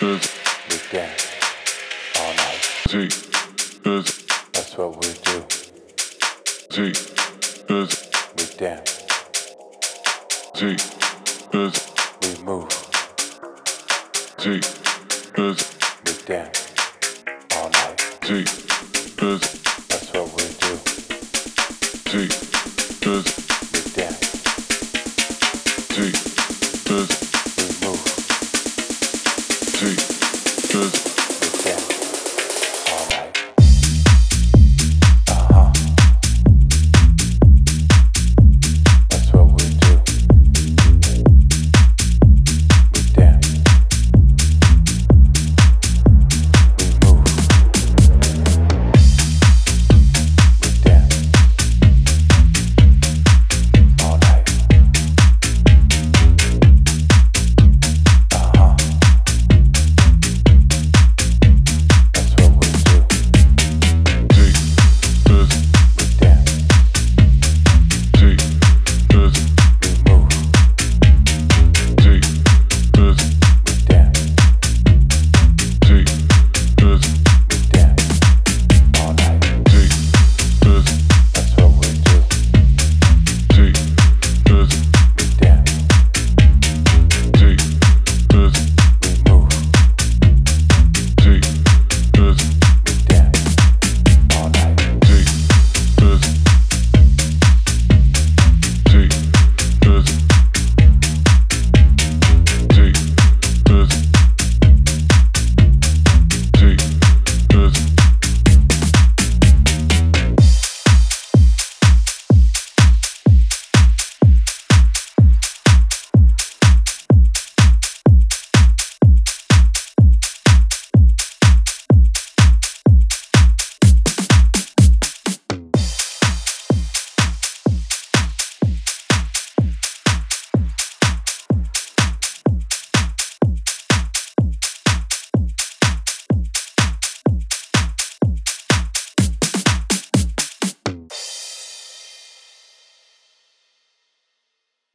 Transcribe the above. We dance all night. That's what we do. We dance. We move. We dance all night. That's what we do. We dance. We move.